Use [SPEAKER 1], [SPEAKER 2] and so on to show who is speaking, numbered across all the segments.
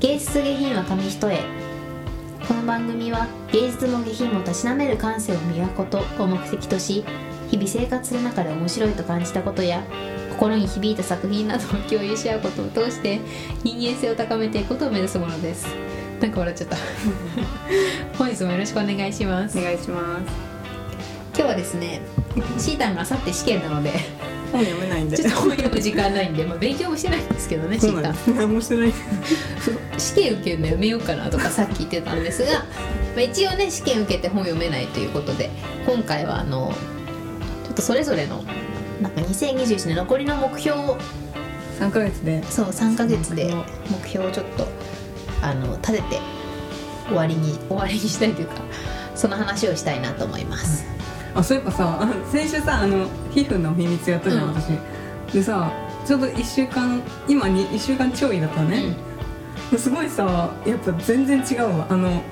[SPEAKER 1] 芸術下品は紙一重この番組は芸術も下品もたしなめる感性を磨くことを目的とし日々生活する中で面白いと感じたことや心に響いた作品などを共有し合うことを通して人間性を高めていくことを目指すものですなんか笑っちゃった 本日もよろしくお願いします
[SPEAKER 2] お願いします
[SPEAKER 1] 今日はですねシータンがあさって試験な ので
[SPEAKER 2] 本読めないんで
[SPEAKER 1] ちょっと本読む時間ないんで、まあ、勉強もしてないんですけどねシ
[SPEAKER 2] そう
[SPEAKER 1] ータ
[SPEAKER 2] なん
[SPEAKER 1] ン
[SPEAKER 2] です何もしてない
[SPEAKER 1] 試験受けるのやめようかなとかさっき言ってたんです が、まあ、一応ね試験受けて本読めないということで今回はあのちょっとそれぞれのなんか2021年残りの目標を
[SPEAKER 2] 3ヶ月で
[SPEAKER 1] そう3ヶ月で
[SPEAKER 2] 目
[SPEAKER 1] 目標をちょっとあの立てて終わりに終わりにしたいというかその話をしたいなと思います。
[SPEAKER 2] あそういえばさあの先週さあの皮膚の秘密やったじゃん
[SPEAKER 1] うん
[SPEAKER 2] 私、でさちょうど1週間今に1週間ちょいだったのね、すごいさやっぱ全然違うわあの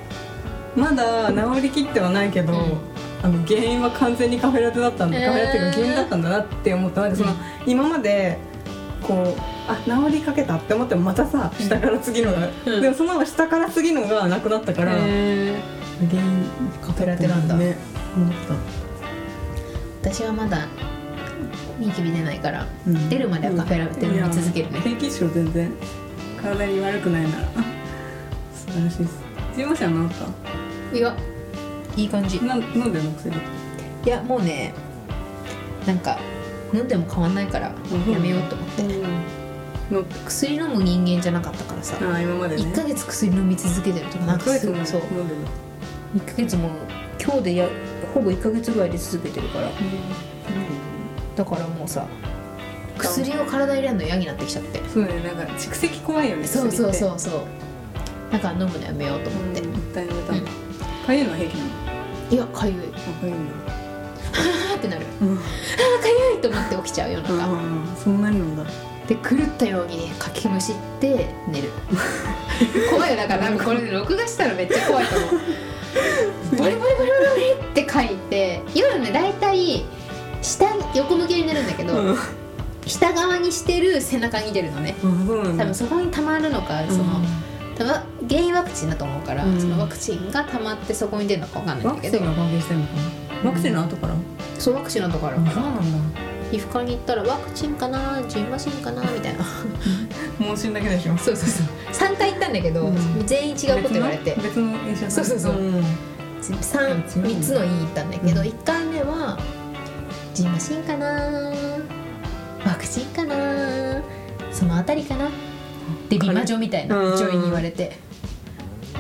[SPEAKER 2] まだ治りきってはないけど、
[SPEAKER 1] うん
[SPEAKER 2] あの原因は完全にカフェラテだったんだ、
[SPEAKER 1] えー
[SPEAKER 2] カフェラテが原因だったんだなって思ったなんかその、
[SPEAKER 1] うん
[SPEAKER 2] 今までこうあ治りかけたって思ってもまたさ
[SPEAKER 1] うん
[SPEAKER 2] 下から次のが、
[SPEAKER 1] うん
[SPEAKER 2] でもその下から次のがなくなったから、
[SPEAKER 1] へー
[SPEAKER 2] 原因カフェラテなんだね思った、
[SPEAKER 1] 私はまだニキビ出ないから
[SPEAKER 2] うん
[SPEAKER 1] 出るまではカフェラテ飲み続けるね
[SPEAKER 2] いや平気っしょ全然体に悪くないなら素晴らしいです事務所は治っ
[SPEAKER 1] いやいい感じ
[SPEAKER 2] たな飲んでるの薬
[SPEAKER 1] いやもうねなんか飲んでも変わんないから
[SPEAKER 2] うん
[SPEAKER 1] やめようと思って、
[SPEAKER 2] の
[SPEAKER 1] 薬飲む人間じゃなかったからさ、
[SPEAKER 2] ああ今までね
[SPEAKER 1] 1ヶ月薬飲み続けてるとかなんかすごいそう
[SPEAKER 2] 飲んでる
[SPEAKER 1] 1ヶ月も今日でやほぼ1ヶ月ぐらいで続けてるからだからもうさ薬を体入れるの嫌になってきちゃって
[SPEAKER 2] そうねなんか蓄積怖いよね
[SPEAKER 1] そうそう
[SPEAKER 2] う
[SPEAKER 1] そうそうだから飲むのやめようと思って、
[SPEAKER 2] もったいな
[SPEAKER 1] う
[SPEAKER 2] い
[SPEAKER 1] ん
[SPEAKER 2] かゆいのは平気ない
[SPEAKER 1] やかゆい
[SPEAKER 2] のかゆいの
[SPEAKER 1] あーってなる
[SPEAKER 2] う
[SPEAKER 1] あ
[SPEAKER 2] ん
[SPEAKER 1] ーかゆいと思って起きちゃうよなんか、
[SPEAKER 2] ああそんなになんだ
[SPEAKER 1] で狂ったようにかきむしって寝る 怖いよだからなんかこれ録画したらめっちゃ怖いと思う ボリボリボリボリボリって書いて夜ね大体下横向きに寝るんだけど、
[SPEAKER 2] うん
[SPEAKER 1] 下側にしてる背中に出るのね
[SPEAKER 2] あそうなん
[SPEAKER 1] 多
[SPEAKER 2] だ
[SPEAKER 1] 分そこにたまるのかその、多分原因ワクチンだと思うから、
[SPEAKER 2] うん
[SPEAKER 1] そのワクチンがたまってそこに出るのかわかんない
[SPEAKER 2] ワ
[SPEAKER 1] んだ
[SPEAKER 2] ク
[SPEAKER 1] け
[SPEAKER 2] チ
[SPEAKER 1] ど
[SPEAKER 2] ンが関係してるのかなワクチンの後から
[SPEAKER 1] そうワクチンのとこあ
[SPEAKER 2] あ
[SPEAKER 1] るから、
[SPEAKER 2] なんだ
[SPEAKER 1] 皮膚科に行ったらワクチンかなジンマシンかなみたい な
[SPEAKER 2] 問診だけでしょ
[SPEAKER 1] そうそうそう3回行ったんだけど、
[SPEAKER 2] うん
[SPEAKER 1] 全員違うこと言われて
[SPEAKER 2] 別の医者
[SPEAKER 1] そうそうそうん三
[SPEAKER 2] うん
[SPEAKER 1] 三つの院行ったんだけど、
[SPEAKER 2] うん
[SPEAKER 1] 一回目はジンマシンかなワクチンかなそのあたりかなで美魔女みたいな
[SPEAKER 2] うん
[SPEAKER 1] 女医に言われて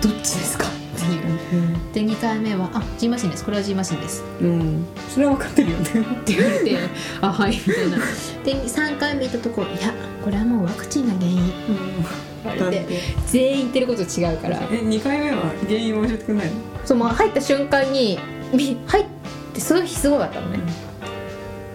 [SPEAKER 1] どっちですかっていうで二回目はあジンマシンですこれはジンマシンです
[SPEAKER 2] うんそれは分かってるよね
[SPEAKER 1] って言われて あはいみたいな で三回目行ったとこいやこれはもうワクチンが原因 言われて全員言ってること違うから
[SPEAKER 2] え二回目は原因を教えてくれないの
[SPEAKER 1] その入った瞬間にみ入ってその日すごかったのね、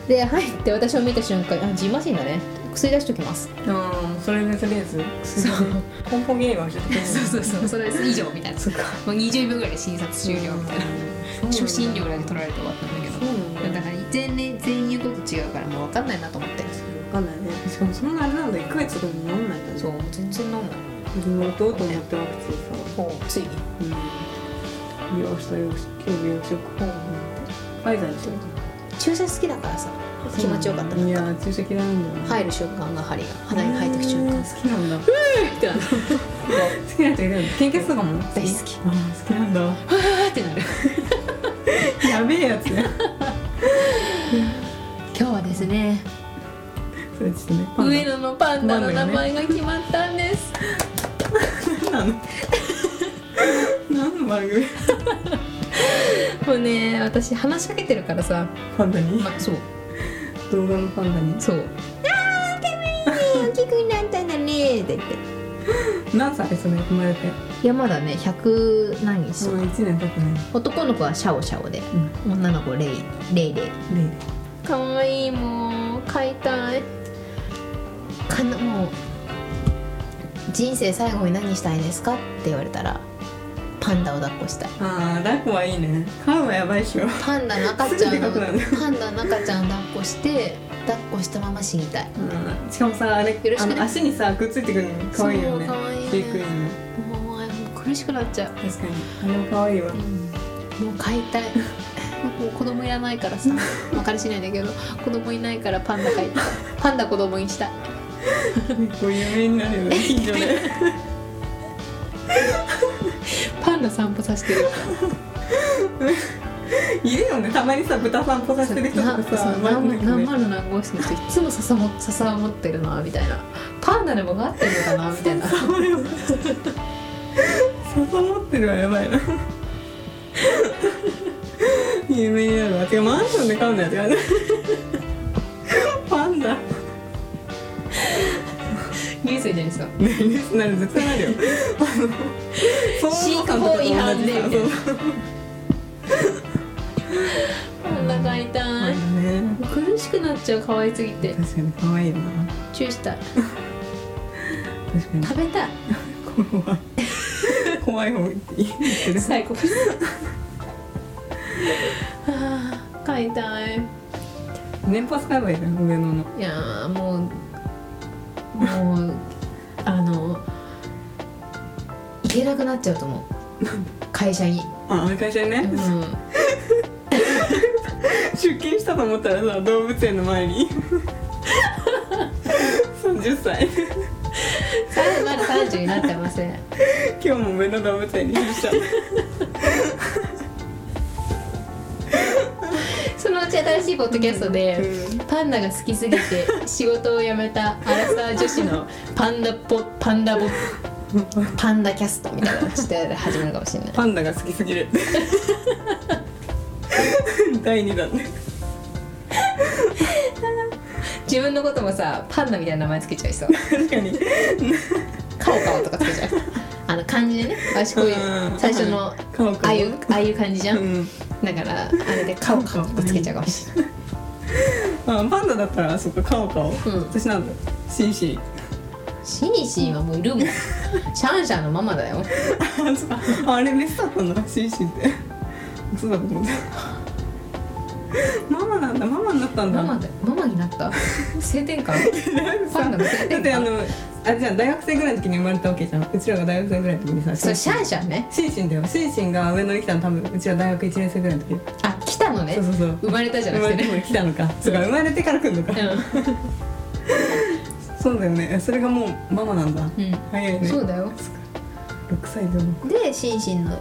[SPEAKER 1] で入って私を見た瞬間「あジンマシンだね薬出しときます」
[SPEAKER 2] ああそれでとりあえず
[SPEAKER 1] そう
[SPEAKER 2] 根本原因は教えてくれな い
[SPEAKER 1] そうそうそれ以上みたいな
[SPEAKER 2] そっか
[SPEAKER 1] もう20秒ぐらいで診察終了みたいな初診料だけ取られて終わったんだけ
[SPEAKER 2] そうな
[SPEAKER 1] ど
[SPEAKER 2] んだ
[SPEAKER 1] だから全然全員言うこと違うからもう分かんないなと思って
[SPEAKER 2] 分かんないねしかもそんなあれなんだ1ヶ月とかも治んないから
[SPEAKER 1] そう全然飲んないう
[SPEAKER 2] ちの弟もやってワクチンさ
[SPEAKER 1] もうついに
[SPEAKER 2] うん利用したよ今日利用しようかファイザーにしようか
[SPEAKER 1] 注射好きだからさ気持ちよかった
[SPEAKER 2] いやー注射嫌いなんだよね
[SPEAKER 1] 入る瞬間が針が肌に入ってく瞬間
[SPEAKER 2] えー好きなんだ
[SPEAKER 1] ってなる
[SPEAKER 2] 好きな人いるの献血とかも
[SPEAKER 1] 大好き
[SPEAKER 2] あー好きなんだ
[SPEAKER 1] ってなる
[SPEAKER 2] やべえやつね
[SPEAKER 1] 今日はですね
[SPEAKER 2] それちょっとねパンダ
[SPEAKER 1] 上野のパンダの名前が決まったんです
[SPEAKER 2] なの何の番組
[SPEAKER 1] もうね私話しかけてるからさ、
[SPEAKER 2] パンダに
[SPEAKER 1] まあ、そう
[SPEAKER 2] 動画のパンダに
[SPEAKER 1] そうあーてめえ大きくなったんだねって言って
[SPEAKER 2] 何歳それ生まれて
[SPEAKER 1] いやまだね100何日
[SPEAKER 2] その1年経ってない
[SPEAKER 1] 男の子はシャオシャオで
[SPEAKER 2] うん
[SPEAKER 1] 女の子レイレイレイ
[SPEAKER 2] レイ
[SPEAKER 1] かわいいもう買いたいかなもう人生最後に何したいですかって言われたらパンダを抱っこしたい
[SPEAKER 2] ああ抱っこはいいね飼うはやばいっしょ
[SPEAKER 1] パンダの赤ちゃん
[SPEAKER 2] すぐでか
[SPEAKER 1] の
[SPEAKER 2] くなる
[SPEAKER 1] パンダの赤ちゃん抱っこして抱っこしたまま死にたい
[SPEAKER 2] しかもさあれ
[SPEAKER 1] よろしくね
[SPEAKER 2] あの足にさくっついてくるの可愛いよね
[SPEAKER 1] そうかわいい
[SPEAKER 2] 飼育員の
[SPEAKER 1] もうもう苦しくなっちゃう、
[SPEAKER 2] 確かにあれも可愛いわ
[SPEAKER 1] うん、もう飼いたいもう子供いらないからさまあ彼氏いないんだけど子供いないからパンダ飼いたいパンダ子供にしたい
[SPEAKER 2] 猫夢になるよね近 所で
[SPEAKER 1] パンダ散歩させてる
[SPEAKER 2] いるよねたまにさ豚散歩させてる人とかさ
[SPEAKER 1] そう
[SPEAKER 2] まあ
[SPEAKER 1] 何
[SPEAKER 2] なんか
[SPEAKER 1] 何
[SPEAKER 2] ね
[SPEAKER 1] 丸何号室の人いつも笹も笹を持ってるなみたいなパンダでもがってるのかなみたいな
[SPEAKER 2] そうよ笹持ってるはやばいな有名になるわてかマンションで飼うんだよてかねパンダね
[SPEAKER 1] ニュースじゃないですか
[SPEAKER 2] なる絶対なるよあの
[SPEAKER 1] 飼
[SPEAKER 2] 総合
[SPEAKER 1] 育
[SPEAKER 2] 感とか
[SPEAKER 1] 法
[SPEAKER 2] と同じ
[SPEAKER 1] 違
[SPEAKER 2] さ
[SPEAKER 1] 反でみたいな
[SPEAKER 2] そう
[SPEAKER 1] パンダ飼いたい
[SPEAKER 2] そうだね
[SPEAKER 1] 苦しくなっちゃう可愛すぎて
[SPEAKER 2] 確かに可愛いな
[SPEAKER 1] チューしたい
[SPEAKER 2] 確かに
[SPEAKER 1] 食べたい
[SPEAKER 2] 怖い怖い方 いいけど
[SPEAKER 1] 最高ですあー飼いたい
[SPEAKER 2] 年パス買えばいいじゃん上野の
[SPEAKER 1] いやーもうもうあの行けなくなっちゃうと思う会社に、
[SPEAKER 2] ああの会社に
[SPEAKER 1] う
[SPEAKER 2] ね
[SPEAKER 1] ん、
[SPEAKER 2] 出勤したと思ったらさ動物園の前に30歳
[SPEAKER 1] さまだ30になってません
[SPEAKER 2] 今日も上野動物園に出社
[SPEAKER 1] そのうち新しいポッドキャストでパンダが好きすぎて仕事を辞めたアラサー女子のパンダポパンダボパンダキャストみたいなのして始めるかもしれない
[SPEAKER 2] パンダが好きすぎる第2弾ね
[SPEAKER 1] 自分のこともさパンダみたいな名前つけちゃいそう
[SPEAKER 2] 確かに
[SPEAKER 1] カオカオとかつけちゃうあの漢字でね私こういう最初の
[SPEAKER 2] カオカオ
[SPEAKER 1] ああいうああいう感じじゃん、
[SPEAKER 2] うん
[SPEAKER 1] だからあれでカオカオとかつけちゃうかもしれない
[SPEAKER 2] あパンダだったらそっかカオカオ、
[SPEAKER 1] ん
[SPEAKER 2] 私なんだシンシン
[SPEAKER 1] シンシンはもういるもんシャンシャンのママだよ
[SPEAKER 2] あそうああれメスだったんだシンシンってそうだと思ってママなんだママになったんだ
[SPEAKER 1] ママだママになった性転換
[SPEAKER 2] さ
[SPEAKER 1] パンダの性
[SPEAKER 2] だ
[SPEAKER 1] 転
[SPEAKER 2] ってあ
[SPEAKER 1] 換
[SPEAKER 2] のあじゃあ大学生ぐらいの時に生まれたわけじゃんうちらが大学生ぐらいの時にさ
[SPEAKER 1] そうシ
[SPEAKER 2] シン
[SPEAKER 1] ャンシャンね
[SPEAKER 2] シンシンだよシンシンが上野に来たの多分うちら大学1年生ぐらいの時
[SPEAKER 1] あ来たのね
[SPEAKER 2] そうそうそう
[SPEAKER 1] 生まれたじゃ
[SPEAKER 2] 生
[SPEAKER 1] な
[SPEAKER 2] ま
[SPEAKER 1] くて
[SPEAKER 2] れて
[SPEAKER 1] ね
[SPEAKER 2] も来たのかそうか生まれてから来るのかそうだよねそれがもうママなんだ
[SPEAKER 1] うん、
[SPEAKER 2] 早い
[SPEAKER 1] うん、
[SPEAKER 2] ね
[SPEAKER 1] そうだよ
[SPEAKER 2] 6歳でも
[SPEAKER 1] でシンシンの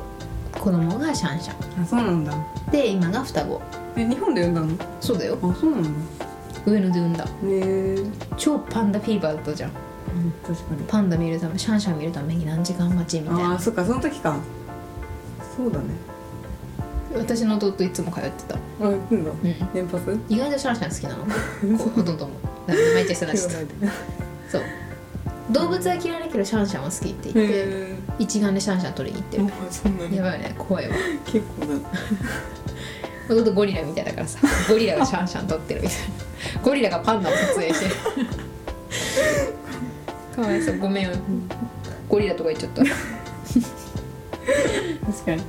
[SPEAKER 1] 子供がシャンシャン
[SPEAKER 2] あそうなんだ
[SPEAKER 1] で今が双子
[SPEAKER 2] え日本で産んだ
[SPEAKER 1] そうだよ
[SPEAKER 2] のあそうなんだ
[SPEAKER 1] 上野で産んだ
[SPEAKER 2] ねえ、
[SPEAKER 1] 超パンダフィーバーだったじゃん
[SPEAKER 2] うん、確かに
[SPEAKER 1] パンダ見るためシャンシャン見るために何時間待ちみたい
[SPEAKER 2] ああ
[SPEAKER 1] な
[SPEAKER 2] そっかその時かそうだね
[SPEAKER 1] 私の弟いつも通ってた
[SPEAKER 2] あ行くんだ
[SPEAKER 1] うん
[SPEAKER 2] 年パス
[SPEAKER 1] 意外とシャンシャン好きな のこうほとんどもだから毎日してなし
[SPEAKER 2] へ
[SPEAKER 1] そう動物は嫌いだけどシャンシャンは好きって言って、
[SPEAKER 2] え
[SPEAKER 1] 一眼でシャンシャン取りに行ってる、
[SPEAKER 2] あそんなに
[SPEAKER 1] やばいね怖いわ
[SPEAKER 2] 結構だ
[SPEAKER 1] 弟ゴリラみたいだからさゴリラがシャンシャン撮ってるみたいなゴリラがパンダを撮影 してるかわいそうごめんゴリラとか言っちゃった
[SPEAKER 2] 確かに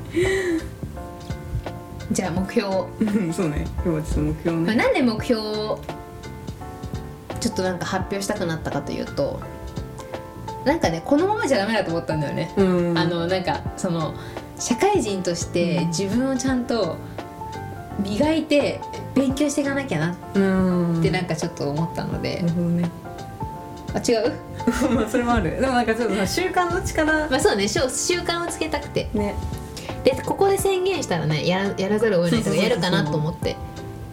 [SPEAKER 1] じゃあ目標を、
[SPEAKER 2] うんそうね今日はちょっと目標
[SPEAKER 1] まあ、
[SPEAKER 2] ね
[SPEAKER 1] なんで目標をちょっとなんか発表したくなったかというとなんかねこのままじゃダメだと思ったんだよね
[SPEAKER 2] うん
[SPEAKER 1] あのなんかその社会人として自分をちゃんと磨いて勉強していかなきゃなっ
[SPEAKER 2] うん
[SPEAKER 1] てなんかちょっと思ったので
[SPEAKER 2] な、るほどね
[SPEAKER 1] あ違う
[SPEAKER 2] まあそれもあるでもなんかちょっとさ習慣の力
[SPEAKER 1] まあそうねしょ習慣をつけたくて
[SPEAKER 2] ね
[SPEAKER 1] でここで宣言したらねやらやらざるを得ないと
[SPEAKER 2] そうそうそ
[SPEAKER 1] か
[SPEAKER 2] うそう
[SPEAKER 1] やるかなと思って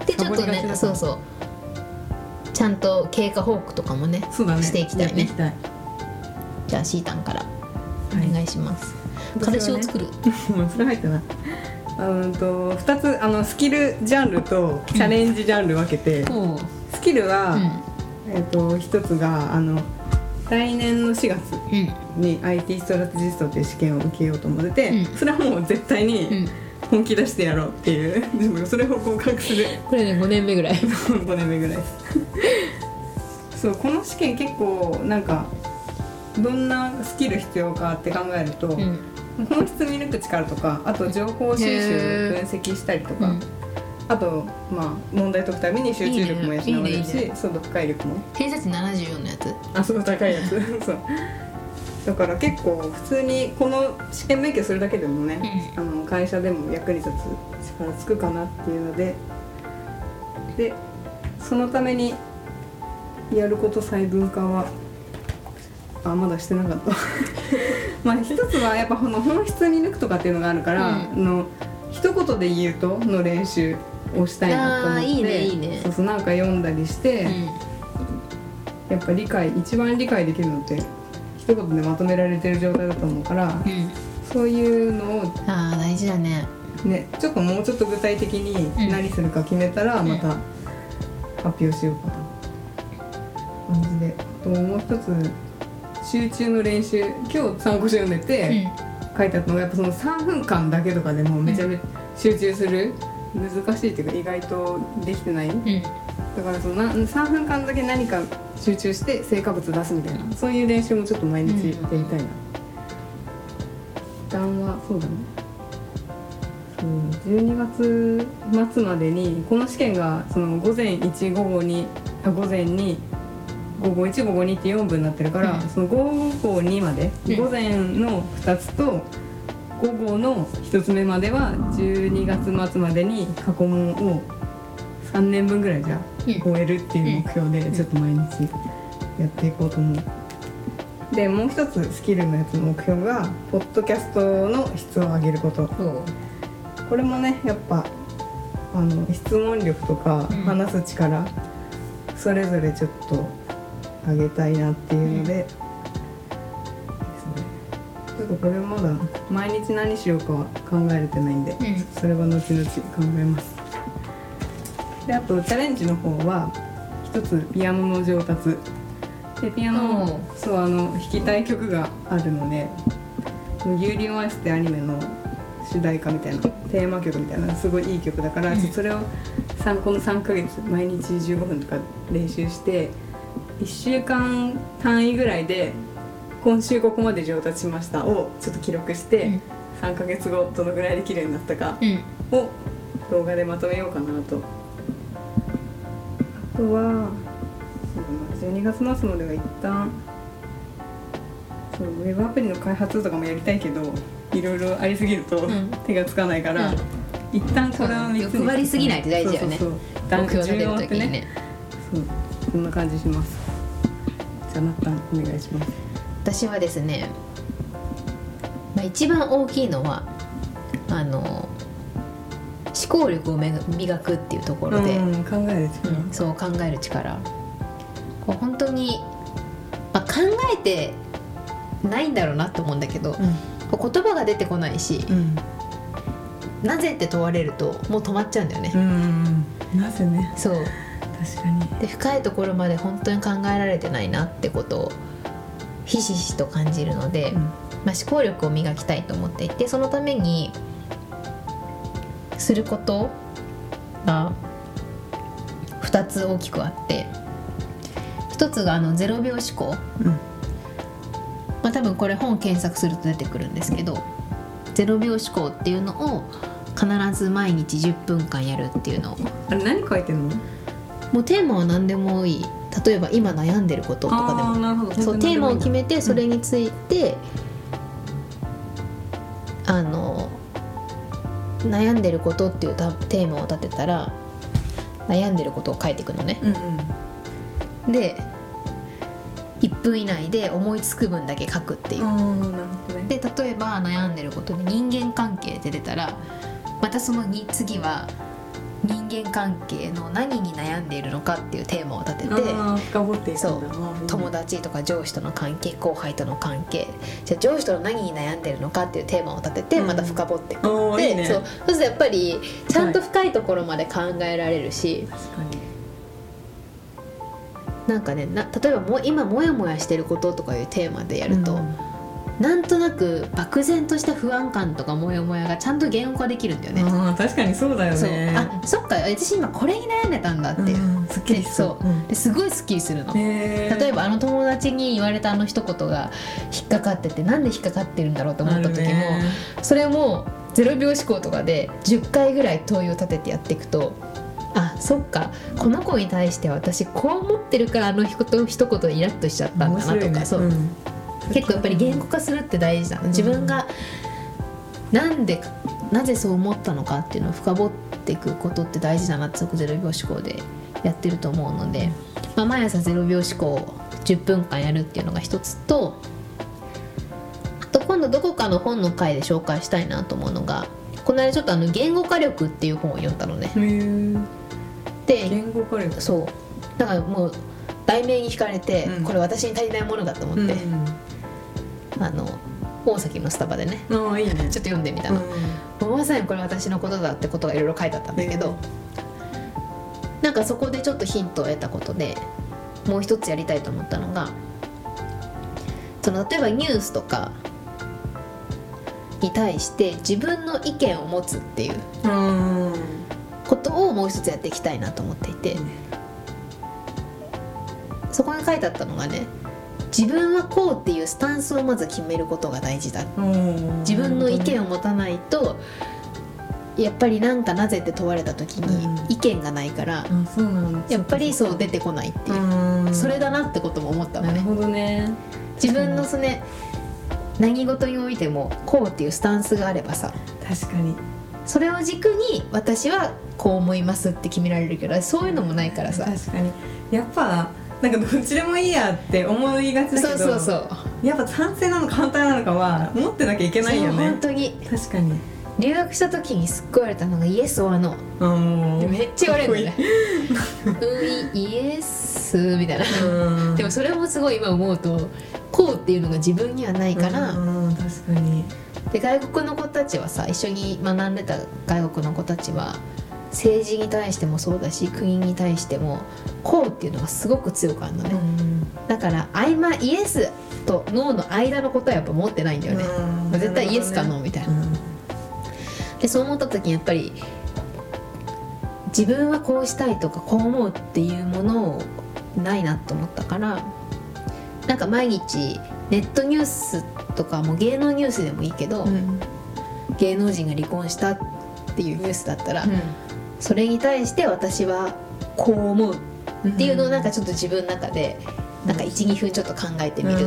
[SPEAKER 1] でちょっと
[SPEAKER 2] サボりがちだか
[SPEAKER 1] ね
[SPEAKER 2] ら
[SPEAKER 1] そうそうちゃんと経過報告とかもね
[SPEAKER 2] そうだね
[SPEAKER 1] していきたいね
[SPEAKER 2] やっていきたい
[SPEAKER 1] じゃあシータンからお願いします、彼氏を作る、
[SPEAKER 2] もうそれ入ってない。うんと2つあのスキルジャンルとチャレンジジャンル分けて、
[SPEAKER 1] おう
[SPEAKER 2] スキルは、
[SPEAKER 1] う
[SPEAKER 2] えっと1つがあの来年の4月
[SPEAKER 1] んうん
[SPEAKER 2] に IT ストラテジストっていう試験を受けようと思ってて、
[SPEAKER 1] うん
[SPEAKER 2] それはもう絶対
[SPEAKER 1] う
[SPEAKER 2] に
[SPEAKER 1] ん
[SPEAKER 2] 本気出してやろうっていう自分がそれを合格する
[SPEAKER 1] これね5年目ぐらい
[SPEAKER 2] 5年目ぐらいです。 そうこの試験結構なんかどんなスキル必要かって考えると、
[SPEAKER 1] うん
[SPEAKER 2] 本質見抜く力とかあと情報収集分析したりとか、
[SPEAKER 1] うん
[SPEAKER 2] あとまあ問題解くために集中力も養
[SPEAKER 1] いい
[SPEAKER 2] わ
[SPEAKER 1] ねい
[SPEAKER 2] れ
[SPEAKER 1] いねい
[SPEAKER 2] る
[SPEAKER 1] い
[SPEAKER 2] しそう読解力も
[SPEAKER 1] 偏差値74のやつ
[SPEAKER 2] あそう高いやつそうだから結構普通にこの試験免許するだけでもね、あの会社でも役に立つ力つくかなっていうのででそのためにやること細分化はあまだしてな かったまあ一つはやっぱこの本質に抜くとかっていうのがあるから、
[SPEAKER 1] う
[SPEAKER 2] の一言で言うとの練習をしたいなと思っ
[SPEAKER 1] あー
[SPEAKER 2] て
[SPEAKER 1] いいねいいね
[SPEAKER 2] そうそうなんか読んだりして、やっぱ理解一番理解できるのって一言でまとめられてる状態だと思うから
[SPEAKER 1] うんうん
[SPEAKER 2] そういうのを
[SPEAKER 1] ああ大事だね
[SPEAKER 2] ね、ちょっともうちょっと具体的
[SPEAKER 1] うん
[SPEAKER 2] に何するか決めたら
[SPEAKER 1] ん
[SPEAKER 2] また発表しようかな感じであともう一つ集中の練習今日参考書読んで
[SPEAKER 1] う
[SPEAKER 2] て書いてあったのがやっぱその3分間だけとかでもめちゃめちゃ集中する難しいっていうか意外とできてないだ
[SPEAKER 1] うん
[SPEAKER 2] からそのな3分間だけ何か集中して成果物出すみたいなそういう練習もちょっと毎日やりたいな負担はそうだねうん12月末までにこの試験がその午前1午後にあ午前に午後1午後2って4部になってるから、
[SPEAKER 1] うん
[SPEAKER 2] その午後2まで、
[SPEAKER 1] うん
[SPEAKER 2] 午前の2つと午後の1つ目までは12月末までに過去問を3年分ぐらいじゃ
[SPEAKER 1] うん
[SPEAKER 2] 終えるっていう目標で
[SPEAKER 1] ん
[SPEAKER 2] ちょっと毎日やっていこうと思う。でもう一つスキルのやつの目標がポッドキャストの質を上げること
[SPEAKER 1] そう
[SPEAKER 2] これもねやっぱあの質問力とか
[SPEAKER 1] うん
[SPEAKER 2] 話す力、それぞれちょっと上げたいなっていうので、ですねちょっとこれまだ毎日何しようかは考えれてないんで、
[SPEAKER 1] ん
[SPEAKER 2] それは後々考えますであとチャレンジの方は一つピアノの上達でピアノ
[SPEAKER 1] おう
[SPEAKER 2] そうあの弾きたい曲があるので「ユーリオンアイス」ってアニメの主題歌みたいなテーマ曲みたいなすごいいい曲だから、
[SPEAKER 1] うん
[SPEAKER 2] それを参考の3ヶ月毎日15分とか練習して1週間単位ぐらいで「今週ここまで上達しました」をちょっと記録して、
[SPEAKER 1] うん
[SPEAKER 2] 3ヶ月後どのぐらいできるようになったか
[SPEAKER 1] うん
[SPEAKER 2] を動画でまとめようかなと。あとはそうだな12月末までは一旦そうウェブアプリの開発とかもやりたいけどいろいろありすぎると
[SPEAKER 1] ん
[SPEAKER 2] 手がつかないから、
[SPEAKER 1] うん
[SPEAKER 2] 一旦これは3つ
[SPEAKER 1] 欲張りすぎないって大事だよね
[SPEAKER 2] そうそうそう
[SPEAKER 1] 目標立てる時にね
[SPEAKER 2] そうそんな感じしますじゃあなったんお願いします
[SPEAKER 1] 私はですね、まあ、一番大きいのはあの思考力をめ磨くっていうところで、
[SPEAKER 2] うん、考える力
[SPEAKER 1] うんそう考える力こう本当に、まあ、考えてないんだろうなと思うんだけどこう言葉が出てこないし、
[SPEAKER 2] うん
[SPEAKER 1] なぜって問われるともう止まっちゃうんだよね、
[SPEAKER 2] うん、うん、なぜね
[SPEAKER 1] そう
[SPEAKER 2] 確かに
[SPEAKER 1] で深いところまで本当に考えられてないなってことをひしひしと感じるので、まあ、思考力を磨きたいと思っていてそのためにすることが2つ大きくあって1つがあの0秒思考、
[SPEAKER 2] うん
[SPEAKER 1] まあ、多分これ本検索すると出てくるんですけど0秒思考っていうのを必ず毎日10分間やるっていうのを
[SPEAKER 2] あれ何書いてんの
[SPEAKER 1] もうテーマは何でもいい例えば今悩んでることとかでも
[SPEAKER 2] あーなるほど
[SPEAKER 1] そうテーマを決
[SPEAKER 2] め
[SPEAKER 1] めてそれについて、あの悩んでることっていうたテーマを立てたら悩んでることを書いていくのね。
[SPEAKER 2] うん
[SPEAKER 1] で1分以内で思いつく分だけ書くっていうう。
[SPEAKER 2] んああなるほどね
[SPEAKER 1] で例えば悩んでることで人間関係って出たらまたそのに次は人間関係の何に悩んでいるのかっていうテーマを立てて。
[SPEAKER 2] ああ深掘っていくんだ
[SPEAKER 1] そう
[SPEAKER 2] あー
[SPEAKER 1] 友達とか上司との関係後輩との関係じゃあ上司との何に悩んでるのかっていうテーマを立てて
[SPEAKER 2] うん
[SPEAKER 1] また深掘っていく、
[SPEAKER 2] おー
[SPEAKER 1] で
[SPEAKER 2] いいね
[SPEAKER 1] そうそうするとやっぱりちゃんと深いところまで考えられるし、
[SPEAKER 2] 確かに
[SPEAKER 1] なんかねな例えばもう今モヤモヤしてることとかいうテーマでやると、
[SPEAKER 2] うん
[SPEAKER 1] なんとなく漠然とした不安感とかモヤモヤがちゃんと言語化できるんだよね。
[SPEAKER 2] あー確かにそうだよ
[SPEAKER 1] そう
[SPEAKER 2] ね
[SPEAKER 1] あそっか私今これに悩んでたんだって
[SPEAKER 2] う
[SPEAKER 1] いう、
[SPEAKER 2] んすっきりし
[SPEAKER 1] そう
[SPEAKER 2] う、うん
[SPEAKER 1] ですごいスッキリするの。
[SPEAKER 2] へー
[SPEAKER 1] 例えばあの友達に言われたあの一言が引っかかっててなんで引っかかってるんだろうと思った時も、
[SPEAKER 2] あるね
[SPEAKER 1] それも0秒思考とかで10回ぐらい問いを立ててやっていくとあそっかこの子に対して私こう思ってるからあの一言一言イラッとしちゃったん
[SPEAKER 2] 面
[SPEAKER 1] だな
[SPEAKER 2] 白い
[SPEAKER 1] と
[SPEAKER 2] ね
[SPEAKER 1] か、そう
[SPEAKER 2] うん
[SPEAKER 1] 結構やっぱり言語化するって大事だな自分がなんでなぜそう思ったのかっていうのを深掘っていくことって大事だなってそこ0秒思考でやってると思うので、まあ、毎朝0秒思考を10分間やるっていうのが一つとあと今度どこかの本の回で紹介したいなと思うのがこの間ちょっとあの「言語化力」っていう本を読んだのね。
[SPEAKER 2] へえ
[SPEAKER 1] で
[SPEAKER 2] 言語化力
[SPEAKER 1] そうだからもう題名に惹かれて、
[SPEAKER 2] うん
[SPEAKER 1] これ私に足りないものだと思って、あの大崎のスタバでね
[SPEAKER 2] うん、ああいいね
[SPEAKER 1] ちょっと読んでみた
[SPEAKER 2] う
[SPEAKER 1] の
[SPEAKER 2] ん、
[SPEAKER 1] もうまさにこれ私のことだってことがいろいろ書いてあったんだけど、なんかそこでちょっとヒントを得たことでもう一つやりたいと思ったのがその例えばニュースとかに対して自分の意見を持つっていう
[SPEAKER 2] うん
[SPEAKER 1] ことをもう一つやっていきたいなと思っていてそこに書いてあったのがね自分はこうっていうスタンスをまず決めることが大事だ
[SPEAKER 2] うん
[SPEAKER 1] 自分の意見を持たないとやっぱりなんかなぜって問われた時
[SPEAKER 2] うん
[SPEAKER 1] に意見がないから
[SPEAKER 2] あそうなんだ
[SPEAKER 1] やっぱりそう出てこないっていう、
[SPEAKER 2] うん
[SPEAKER 1] それだなってことも思ったの
[SPEAKER 2] なる
[SPEAKER 1] ね
[SPEAKER 2] ほどね
[SPEAKER 1] 自分のそれ何事においてもこうっていうスタンスがあればさ
[SPEAKER 2] 確かに
[SPEAKER 1] それを軸に私はこう思いますって決められるけどそういうのもないからさ
[SPEAKER 2] 確かにやっぱなんかどっちでもいいやって思いがちだけ
[SPEAKER 1] そう
[SPEAKER 2] ど
[SPEAKER 1] そうそう
[SPEAKER 2] やっぱ賛成なのか反対なのかは持ってなきゃいけないよ
[SPEAKER 1] そう
[SPEAKER 2] ね
[SPEAKER 1] 本当に
[SPEAKER 2] 確かに
[SPEAKER 1] 留学した時にすっごい言われたのが「イエス・オア・ノー」
[SPEAKER 2] あもう
[SPEAKER 1] めっちゃ言われるんだよね うんイエスみたいな
[SPEAKER 2] うん
[SPEAKER 1] でもそれもすごい今思うとこうっていうのが自分にはないから、
[SPEAKER 2] うん確かに
[SPEAKER 1] で外国の子たちはさ一緒に学んでた外国の子たちは政治に対してもそうだし国に対してもこうっていうのがすごく強くあるのね、だから合間イエスとノーの間のことはやっぱ持ってないんだよね、
[SPEAKER 2] うん
[SPEAKER 1] 絶対イエスかノーみたいな、でそう思った時にやっぱり自分はこうしたいとかこう思うっていうものをないなと思ったからなんか毎日ネットニュースとかもう芸能ニュースでもいいけど、
[SPEAKER 2] うん
[SPEAKER 1] 芸能人が離婚したっていうニュースだったら、それに対して私はこう思うっていうのをなんかちょっと自分の中でなんか12分ちょっと考えてみる、
[SPEAKER 2] う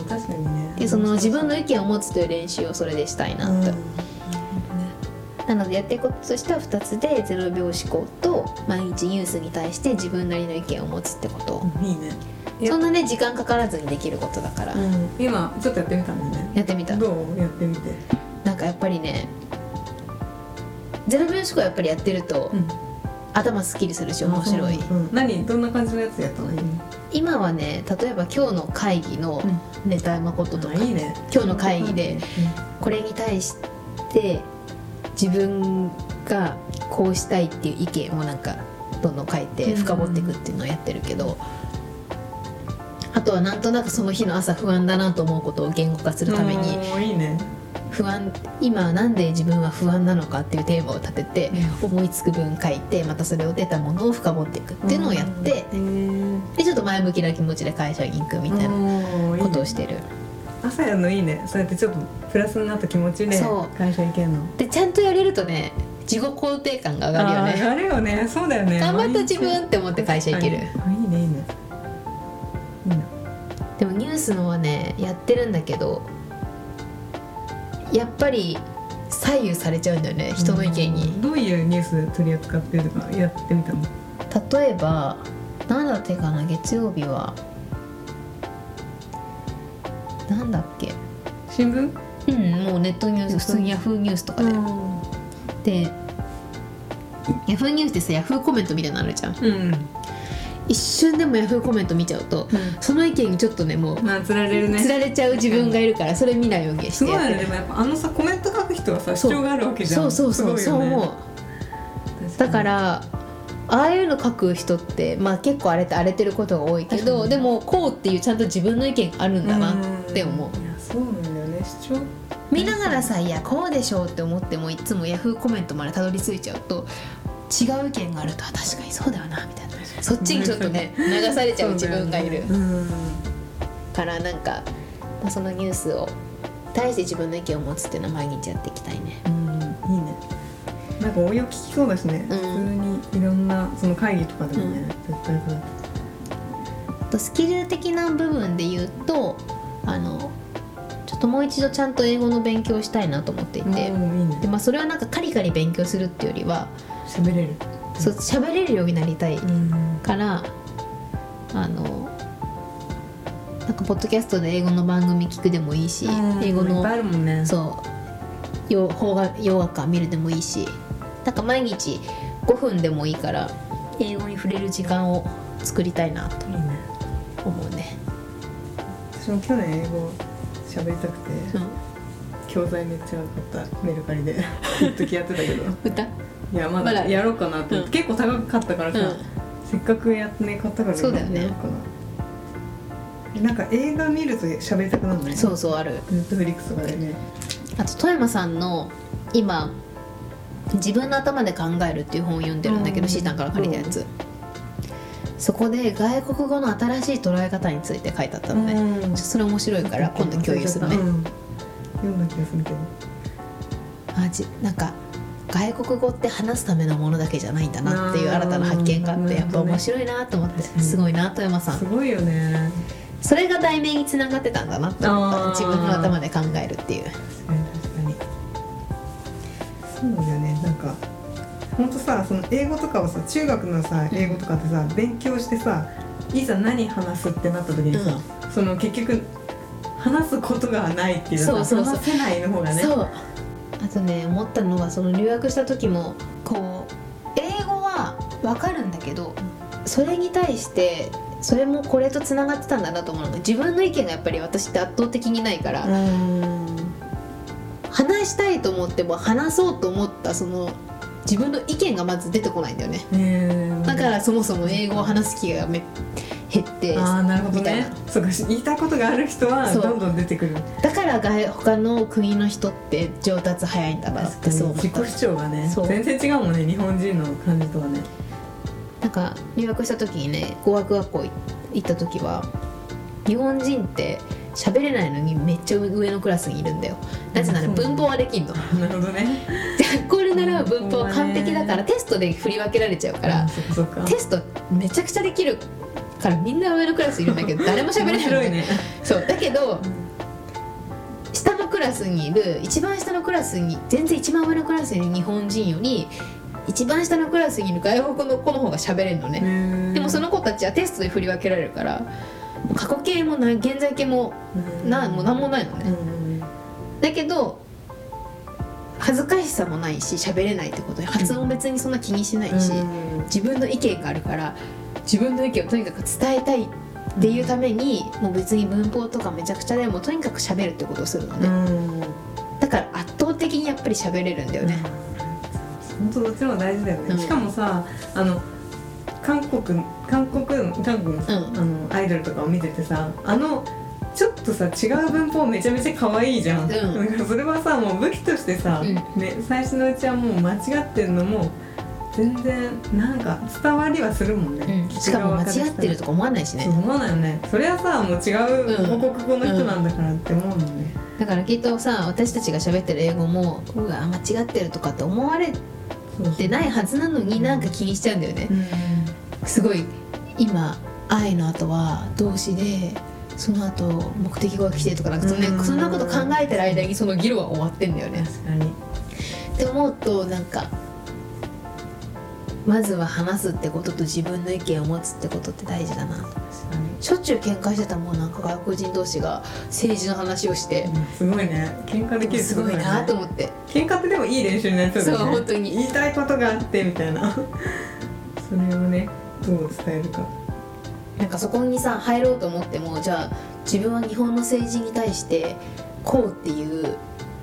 [SPEAKER 2] ん確かにね
[SPEAKER 1] でその自分の意見を持つという練習をそれでしたいなと。なのでやっていくこととしては2つで0秒思考と毎日ニュースに対して自分なりの意見を持つってこと
[SPEAKER 2] うんいいねいや
[SPEAKER 1] そんなね時間かからずにできることだから、
[SPEAKER 2] 今ちょっとやってみたんだね
[SPEAKER 1] やってみた
[SPEAKER 2] どうやってみて
[SPEAKER 1] なんかやっぱりね0秒思考やっぱりやってると、頭すっきりするし面白い、
[SPEAKER 2] うん何どんな感じのやつやったの今
[SPEAKER 1] 今はね例えば今日の会議のネタ誠とか、
[SPEAKER 2] いいね
[SPEAKER 1] 今日の会議でこれに対して自分がこうしたいっていう意見をなんかどんどん書いて深掘っていくっていうのをやってるけど、あとはなんとなくその日の朝不安だなと思うことを言語化するために
[SPEAKER 2] うんいいね
[SPEAKER 1] 不安今なんで自分は不安なのかっていうテーマを立てて思いつく分書いてまたそれを出たものを深掘っていくっていうのをやって
[SPEAKER 2] うん
[SPEAKER 1] でちょっと前向きな気持ちで会社に行くみたいな
[SPEAKER 2] おーいいね
[SPEAKER 1] ことをしてる。
[SPEAKER 2] 朝やるのいいねそうやってちょっとプラスになった気持ちで
[SPEAKER 1] そう
[SPEAKER 2] 会社行けるの
[SPEAKER 1] でちゃんとやれるとね自己肯定感が上がるよね。
[SPEAKER 2] あー上がるよねそうだよね
[SPEAKER 1] 頑張った自分って思って会社行ける、
[SPEAKER 2] はいあいいねいいねいいな
[SPEAKER 1] でもニュースのはねやってるんだけどやっぱり左右されちゃうんだよね人の意見
[SPEAKER 2] うん
[SPEAKER 1] に
[SPEAKER 2] どういうニュース取り扱ってるとかやってみたの
[SPEAKER 1] 例えば何だってかな月曜日はなんだっけ
[SPEAKER 2] 新聞
[SPEAKER 1] うんもうネットニュース普通にヤフーニュースとかで、でヤフーニュースってさヤフーコメントみたいなのあるじゃん
[SPEAKER 2] うん
[SPEAKER 1] 一瞬でもヤフーコメント見ちゃうとその意見にちょっとねもう
[SPEAKER 2] まあつられる
[SPEAKER 1] つ
[SPEAKER 2] ね
[SPEAKER 1] られちゃう自分がいるからそれ見ないようにし
[SPEAKER 2] す
[SPEAKER 1] て
[SPEAKER 2] ごい
[SPEAKER 1] やってる
[SPEAKER 2] ねでもやっぱあのさコメント書く人はさ
[SPEAKER 1] そ
[SPEAKER 2] 主
[SPEAKER 1] う
[SPEAKER 2] 張があるわけじゃ
[SPEAKER 1] そ
[SPEAKER 2] ん
[SPEAKER 1] うそうそう、
[SPEAKER 2] す
[SPEAKER 1] そう
[SPEAKER 2] ごいよね
[SPEAKER 1] 思う
[SPEAKER 2] 確か
[SPEAKER 1] だ
[SPEAKER 2] に
[SPEAKER 1] からああいうの書く人って、まあ、結構荒れて荒れてることが多いけ
[SPEAKER 2] 確か
[SPEAKER 1] ど
[SPEAKER 2] に
[SPEAKER 1] でもこうっていうちゃんと自分の意見があるんだなって思う
[SPEAKER 2] いやそうなんだよね主張
[SPEAKER 1] 見ながらさ「いやこうでしょ」うって思ってもいつもヤフーコメントまでたどり着いちゃうと違う意見があるとあ確かにそうだよなみたいなそっちにちょっと ね流されちゃう自分がいる
[SPEAKER 2] そうだよねうん
[SPEAKER 1] からなんか、まあ、そのニュースを対して自分の意見を持つっていうのは毎日やっていきたいね。
[SPEAKER 2] うんいいねなんか応用聞きそうだしね、
[SPEAKER 1] うん
[SPEAKER 2] 普通にいろんなその会議とかでもね、絶対こうだ
[SPEAKER 1] あとスキル的な部分で言うとあのちょっともう一度ちゃんと英語の勉強をしたいなと思ってい
[SPEAKER 2] うん、
[SPEAKER 1] て、
[SPEAKER 2] いいね
[SPEAKER 1] でまあ、それはなんかカリカリ勉強するっていうよりは
[SPEAKER 2] 喋れる
[SPEAKER 1] そう喋れるようになりたい
[SPEAKER 2] うん
[SPEAKER 1] からあのなんかポッドキャストで英語の番組聞くでもいいし、英語
[SPEAKER 2] いっぱい
[SPEAKER 1] の
[SPEAKER 2] あるもんね
[SPEAKER 1] そう洋邦画洋楽館見るでもいいしなんか毎日5分でもいいから英語に触れる時間を作りたいなと
[SPEAKER 2] いいね
[SPEAKER 1] 思うね。
[SPEAKER 2] 私も去年英語喋りたくて
[SPEAKER 1] うん
[SPEAKER 2] 教材めっちゃ買ったメルカ リで一時やってたけど
[SPEAKER 1] 歌
[SPEAKER 2] いやま
[SPEAKER 1] ま
[SPEAKER 2] だ
[SPEAKER 1] だ
[SPEAKER 2] やろうかなと思って、結構高かったからさ、
[SPEAKER 1] うん
[SPEAKER 2] せっかくやってね買ったから
[SPEAKER 1] そうだよね
[SPEAKER 2] やろかななんか映画見ると喋りたくなるんだよね
[SPEAKER 1] そうそうある
[SPEAKER 2] ネットフリックスとかでね
[SPEAKER 1] あと富山さんの今「自分の頭で考える」っていう本を読んでるんだけ
[SPEAKER 2] う
[SPEAKER 1] ど
[SPEAKER 2] ん
[SPEAKER 1] シータンから借りたやつ、そこで外国語の新しい捉え方について書いてあったのね、ちょ
[SPEAKER 2] うん
[SPEAKER 1] っとそれ面白いから今度共有するね、
[SPEAKER 2] うん読んだ気がするけど
[SPEAKER 1] あじなんか外国語って話すためのものだけじゃないんだなっていう
[SPEAKER 2] あー
[SPEAKER 1] 新たな発見があってやっぱ面白いなと思って
[SPEAKER 2] 確かに
[SPEAKER 1] すごいな富山さ
[SPEAKER 2] す
[SPEAKER 1] ん
[SPEAKER 2] ごいよね
[SPEAKER 1] それが題名につながってたんだなって思った
[SPEAKER 2] あー
[SPEAKER 1] 自分の頭で考えるっていう
[SPEAKER 2] 確かに確かにそうだよねなんかほんとさその英語とかはさ中学のさ英語とかってさ、勉強してさいざ何話すってなった時にさ、その結局話すことがないっていうか
[SPEAKER 1] そうそうそう
[SPEAKER 2] 話せないの方がね
[SPEAKER 1] そうあとね思ったのがその留学した時もこう英語はわかるんだけどそれに対してそれもこれとつながってたんだなと思うのが自分の意見がやっぱり私って圧倒的にないから、
[SPEAKER 2] ん
[SPEAKER 1] 話したいと思っても話そうと思ったその自分の意見がまず出てこないんだよね
[SPEAKER 2] ね
[SPEAKER 1] だからそもそも英語を話す機会がめ減って
[SPEAKER 2] ああなるほど
[SPEAKER 1] みたい
[SPEAKER 2] ね
[SPEAKER 1] な
[SPEAKER 2] そうか言いたいことがある人は
[SPEAKER 1] そう
[SPEAKER 2] どんどん出てくる
[SPEAKER 1] だから外他の国の人って上達早いんだなってそう思っ
[SPEAKER 2] 自己
[SPEAKER 1] た
[SPEAKER 2] 主張がね
[SPEAKER 1] そう
[SPEAKER 2] 全然違うもんね日本人の感じとはね
[SPEAKER 1] なんか留学した時にね語学学校行った時は日本人って喋れないのにめっちゃ上のクラスにいるんだよなぜなら
[SPEAKER 2] うんそう
[SPEAKER 1] 文法はできんの
[SPEAKER 2] なるほどね
[SPEAKER 1] 学校で習う文法は完璧だからテストで振り分けられちゃうから
[SPEAKER 2] うんそっかそっか
[SPEAKER 1] テストめちゃくちゃできるからみんな上のクラスいるんだけど誰も喋れない
[SPEAKER 2] 面白いね
[SPEAKER 1] そうだけど下のクラスにいる一番下のクラスに全然一番上のクラスにいる日本人より一番下のクラスにいる外国の子の方が喋れるのね、
[SPEAKER 2] で
[SPEAKER 1] でもその子たちはテストで振り分けられるから過去形もない現在形もなもう何もないのね、
[SPEAKER 2] うん
[SPEAKER 1] だけど恥ずかしさもないし喋れないってことで発音別にそんな気にしないし、
[SPEAKER 2] うん
[SPEAKER 1] 自分の意見があるから自分の意見をとにかく伝えたいっていうために、もう別に文法とかめちゃくちゃでもとにかく喋るってことをするのね、
[SPEAKER 2] うん
[SPEAKER 1] だから圧倒的にやっぱり喋れるんだよね、
[SPEAKER 2] 本当どっちも大事だよね、
[SPEAKER 1] うん
[SPEAKER 2] しかもさあの韓国韓国韓国の
[SPEAKER 1] う
[SPEAKER 2] さ、
[SPEAKER 1] ん
[SPEAKER 2] あのアイドルとかを見ててさあのちょっとさ違う文法めちゃめちゃ可愛いじゃん、
[SPEAKER 1] うん
[SPEAKER 2] なんかそれはさもう武器としてさ、
[SPEAKER 1] うん
[SPEAKER 2] ね、最初のうちはもう間違ってるのも全然なんか伝わりはするもんね、
[SPEAKER 1] うんしかも間違ってるとか思わないしね
[SPEAKER 2] そう思わないよねそれはさもう違う母国語の人なんだからって思うもんね、
[SPEAKER 1] だからきっとさ私たちが喋ってる英語もうわ間違ってるとかって思われ
[SPEAKER 2] そう
[SPEAKER 1] てないはずなのになんか気にしちゃうんだよね
[SPEAKER 2] うん
[SPEAKER 1] すごい今「愛」の後は動詞でその後目的語が来てとかなんかそ,、ね
[SPEAKER 2] うん
[SPEAKER 1] そんなこと考えてる間にその議論は終わってんだよね。
[SPEAKER 2] 確かに
[SPEAKER 1] って思うとなんかまずは話すってことと自分の意見を持つってことって大事だな
[SPEAKER 2] 確かに
[SPEAKER 1] しょっちゅう喧嘩してたらもうなんか外国人同士が政治の話をして、
[SPEAKER 2] すごいね喧嘩できる
[SPEAKER 1] すごいなと思って
[SPEAKER 2] 喧嘩ってでもいい練習になりそうだね
[SPEAKER 1] そう本当に
[SPEAKER 2] 言いたいことがあってみたいな それをねどう伝えるか
[SPEAKER 1] なんかそこにさ入ろうと思ってもじゃあ自分は日本の政治に対してこうっていう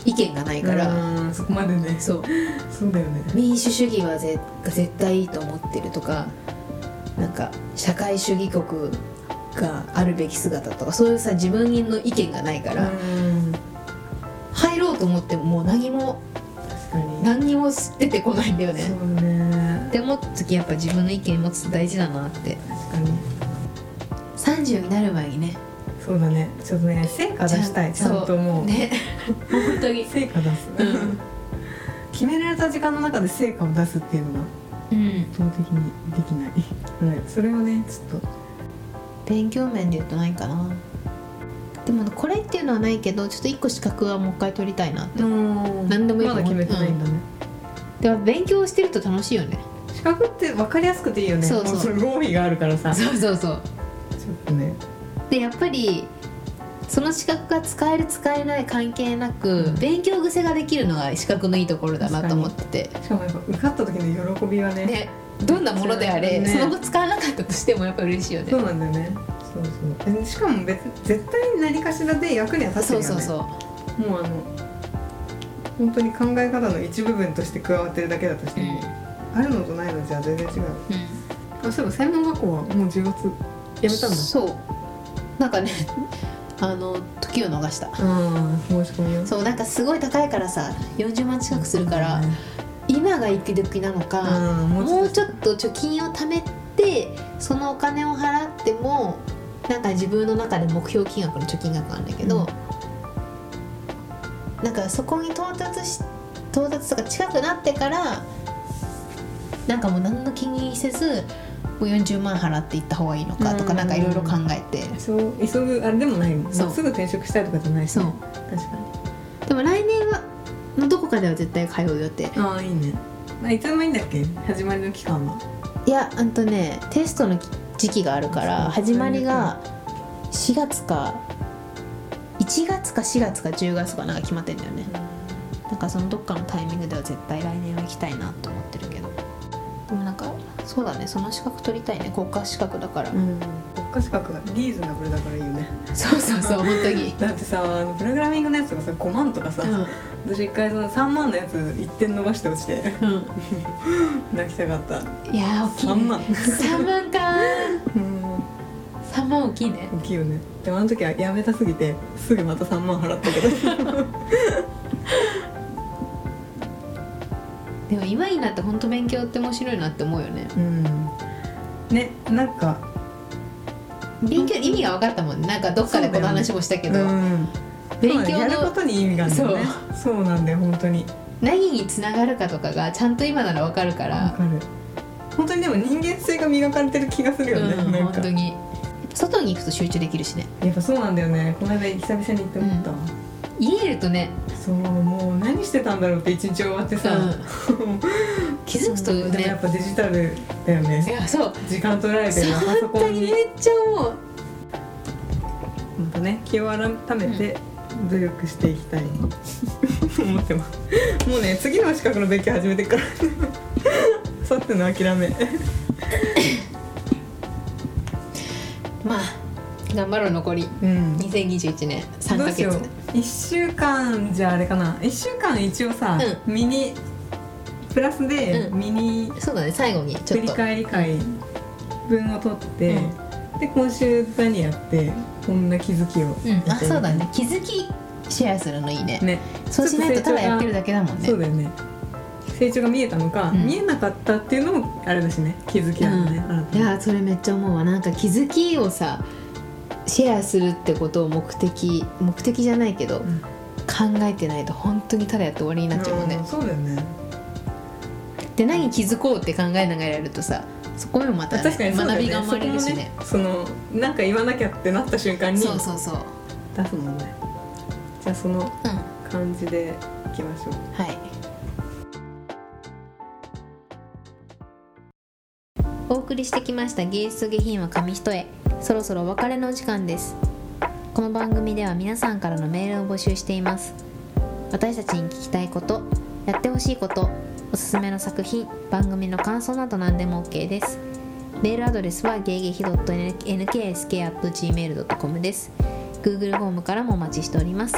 [SPEAKER 1] 意見がないから、
[SPEAKER 2] うんそこまでね
[SPEAKER 1] そう
[SPEAKER 2] そうだよね
[SPEAKER 1] 民主主義はぜが絶対いいと思ってるとかなんか社会主義国があるべき姿とかそういうさ自分の意見がないから、
[SPEAKER 2] うん
[SPEAKER 1] 入ろうと思ってももう何も
[SPEAKER 2] 確かに
[SPEAKER 1] 何にも出てこないんだよね。
[SPEAKER 2] そうね
[SPEAKER 1] って思った時やっぱ自分の意見持つって大事だなって
[SPEAKER 2] 確かに
[SPEAKER 1] 30になる前にね
[SPEAKER 2] そうだねちょっとね成果出したいちゃん
[SPEAKER 1] そ
[SPEAKER 2] ともう
[SPEAKER 1] ね本当に
[SPEAKER 2] 成果出す
[SPEAKER 1] うん
[SPEAKER 2] 決められた時間の中で成果を出すっていうのが
[SPEAKER 1] うん
[SPEAKER 2] 圧倒的にできない、はい、それをねちょっと
[SPEAKER 1] 勉強面で言うとないかなでもこれっていうのはないけどちょっと1個資格はもう一回取りたいなって、
[SPEAKER 2] 何
[SPEAKER 1] 何でもいいと
[SPEAKER 2] ま
[SPEAKER 1] 思う
[SPEAKER 2] だ決めてないんだね、
[SPEAKER 1] でも勉強してると楽しいよね
[SPEAKER 2] 資格って分かりやすくていいよね
[SPEAKER 1] そうそう
[SPEAKER 2] もれ合意があるからさちょ
[SPEAKER 1] そうそうそう
[SPEAKER 2] っとね
[SPEAKER 1] でやっぱりその資格が使える使えない関係なく、
[SPEAKER 2] うん
[SPEAKER 1] 勉強癖ができるのが資格のいいところだなと思ってて
[SPEAKER 2] しかもやっぱ受かった時の喜びはね
[SPEAKER 1] ねどんなものであれ
[SPEAKER 2] ね
[SPEAKER 1] その後使わなかったとしてもやっぱ嬉しいよね
[SPEAKER 2] そうなんだよねそうそうえしかも別絶対に何かしらで役には立って
[SPEAKER 1] そ
[SPEAKER 2] る
[SPEAKER 1] う
[SPEAKER 2] よ
[SPEAKER 1] そう
[SPEAKER 2] ね
[SPEAKER 1] そう
[SPEAKER 2] もうあの本当に考え方の一部分として加わってるだけだとして
[SPEAKER 1] うん、
[SPEAKER 2] も、あるのとないのじゃ全然違う
[SPEAKER 1] う
[SPEAKER 2] あそういえば専門学校はもう10月や
[SPEAKER 1] ん、
[SPEAKER 2] めたんだ
[SPEAKER 1] そうなんかね あの時を逃した
[SPEAKER 2] ああ申し込みを
[SPEAKER 1] そうなんかすごい高いからさ40万近くするから、今が息時なのか、
[SPEAKER 2] うんもうち
[SPEAKER 1] も
[SPEAKER 2] ょ
[SPEAKER 1] う
[SPEAKER 2] っ
[SPEAKER 1] ちょっと貯金を貯めてそのお金を払ってもなんか自分の中で目標金額の貯金額なんだけど、なんかそこに到達し到達とか近くなってからなんかもう何の気にせずもう40万払っていった方がいいのかとか、
[SPEAKER 2] うん
[SPEAKER 1] なんかいろいろ考えて。
[SPEAKER 2] とそう急ぐあれでもないもん
[SPEAKER 1] そう
[SPEAKER 2] すぐ転職したいとかじゃないし
[SPEAKER 1] そ
[SPEAKER 2] ね
[SPEAKER 1] う
[SPEAKER 2] 確かに
[SPEAKER 1] でも来年はのどこかでは絶対通う予定
[SPEAKER 2] ああいいねあいつでもいいんだっけ始まりの期間はい
[SPEAKER 1] やあんとねテストの時期があるから
[SPEAKER 2] そう
[SPEAKER 1] 始まりが4月か1月か4月か10月かなんか決まってんだよねなんかそのどっかのタイミングでは絶対来年は行きたいなと思ってるけどでもなんかそうだねその資格取りたいね国家資格だから、
[SPEAKER 2] うん国家資格がリーズナブルだからいいよね
[SPEAKER 1] そうそうそう本当に、
[SPEAKER 2] だってさあのプログラミングのやつとかさ5万とかさ、私一回その3万のやつ1点伸ばして落ちて泣きたかった
[SPEAKER 1] うん、いやー大きい、ね、
[SPEAKER 2] 3万
[SPEAKER 1] 3万か
[SPEAKER 2] うん
[SPEAKER 1] 3万大きいね
[SPEAKER 2] 大きいよねでもあの時はやめたすぎてすぐまた3万払ったけど
[SPEAKER 1] でも今になって本当勉強って面白いなって思うよね
[SPEAKER 2] うんねなんか
[SPEAKER 1] 勉強意味が分かったもんねなんかどっかでこの話もしたけど、
[SPEAKER 2] うん
[SPEAKER 1] 勉
[SPEAKER 2] そう
[SPEAKER 1] 強
[SPEAKER 2] やるこ
[SPEAKER 1] の
[SPEAKER 2] とに意味があるんだよねそうなんだよ本当に
[SPEAKER 1] 何につながるかとかがちゃんと今なら分かるか
[SPEAKER 2] わ
[SPEAKER 1] ら、
[SPEAKER 2] かる本当にでも人間性が磨かれてる気がするよね、
[SPEAKER 1] うん、
[SPEAKER 2] なん
[SPEAKER 1] 本
[SPEAKER 2] か
[SPEAKER 1] 当に外に行くと集中できるしね
[SPEAKER 2] やっぱそうなんだよねこの間久々に行って思った、わ
[SPEAKER 1] 家いるとね、
[SPEAKER 2] そうもう何してたんだろうって一日終わってさ、
[SPEAKER 1] うん気づくと
[SPEAKER 2] でもやっ
[SPEAKER 1] ね、
[SPEAKER 2] ぱデジタルだよ
[SPEAKER 1] い
[SPEAKER 2] ね
[SPEAKER 1] やそう
[SPEAKER 2] 時間取られてるなパソ
[SPEAKER 1] 本
[SPEAKER 2] コ
[SPEAKER 1] 当
[SPEAKER 2] ン
[SPEAKER 1] に
[SPEAKER 2] に
[SPEAKER 1] めっちゃ思う
[SPEAKER 2] 本当ね気を改めて努力していきたい、思ってますもうね次の資格の勉強始めてっから去っての諦め
[SPEAKER 1] まあ頑張ろう残り
[SPEAKER 2] うん
[SPEAKER 1] 2021年3
[SPEAKER 2] ど
[SPEAKER 1] ヶ
[SPEAKER 2] うし
[SPEAKER 1] 月
[SPEAKER 2] よう1週間じゃあれかな1週間一応さ、ミニプラスで
[SPEAKER 1] うん
[SPEAKER 2] ミニ
[SPEAKER 1] そうだね最後にちょ
[SPEAKER 2] 振
[SPEAKER 1] っ
[SPEAKER 2] り
[SPEAKER 1] と
[SPEAKER 2] 返り会分を取って、で今週何やってこんな気づきを
[SPEAKER 1] うん
[SPEAKER 2] やって
[SPEAKER 1] あそうだね気づきシェアするのいいね
[SPEAKER 2] ね
[SPEAKER 1] そうしないとただやってるだけだもんね
[SPEAKER 2] そうだよね成長が見えたのか、
[SPEAKER 1] うん
[SPEAKER 2] 見えなかったっていうのもあれだしね気づきだよね、新た
[SPEAKER 1] い
[SPEAKER 2] に
[SPEAKER 1] やーそれめっちゃ思うわなんか気づきをさシェアするってことを目的目的じゃないけど、
[SPEAKER 2] ん
[SPEAKER 1] 考えてないと本当にただやって終わりになっちゃうもんね
[SPEAKER 2] ん、そうだよね
[SPEAKER 1] で何に気づこうって考えながらやるとさそこにもまた、
[SPEAKER 2] 確かにそうだ
[SPEAKER 1] 学
[SPEAKER 2] よね
[SPEAKER 1] びが生まれるしね
[SPEAKER 2] そこもねそのなんか言わなきゃってなった瞬間に
[SPEAKER 1] そうそうそう
[SPEAKER 2] 出すもんねじゃあその
[SPEAKER 1] うん
[SPEAKER 2] 感じでいきましょう
[SPEAKER 1] はいお送りしてきました芸術と下品は紙一重そろそろお別れのお時間ですこの番組では皆さんからのメールを募集しています私たちに聞きたいことやってほしいことおすすめの作品番組の感想など何でも OK ですメールアドレスはゲイゲヒ .nksk.gmail.com です Google フォームからもお待ちしております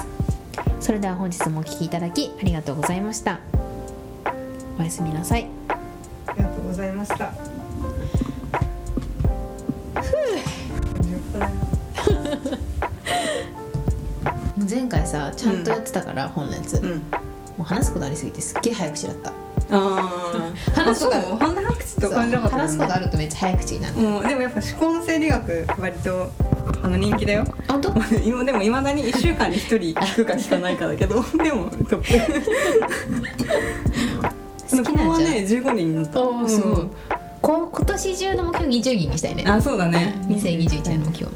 [SPEAKER 1] それでは本日もお聞きいただきありがとうございましたおやすみなさい
[SPEAKER 2] ありがとうございました
[SPEAKER 1] 前回さちゃんとやってたから、本のやつ、
[SPEAKER 2] う
[SPEAKER 1] も
[SPEAKER 2] ん
[SPEAKER 1] う話すことありすぎてすっげえ早口だった
[SPEAKER 2] あー
[SPEAKER 1] 話すこと
[SPEAKER 2] あそう半田博士と感じな
[SPEAKER 1] そう
[SPEAKER 2] かったよね
[SPEAKER 1] 話すことあるとめっちゃ早口になる
[SPEAKER 2] もうでもやっぱ思考の生理学割とあの人気だよ
[SPEAKER 1] 本当
[SPEAKER 2] 今でもいまだに1週間に1人聞くか聞かないかだけ どでもトップ
[SPEAKER 1] 好きなん
[SPEAKER 2] は
[SPEAKER 1] じゃん
[SPEAKER 2] ね15人になった
[SPEAKER 1] おーすごいこう今年中の目標20人にしたいね
[SPEAKER 2] うんあそうだね
[SPEAKER 1] 2021年の目標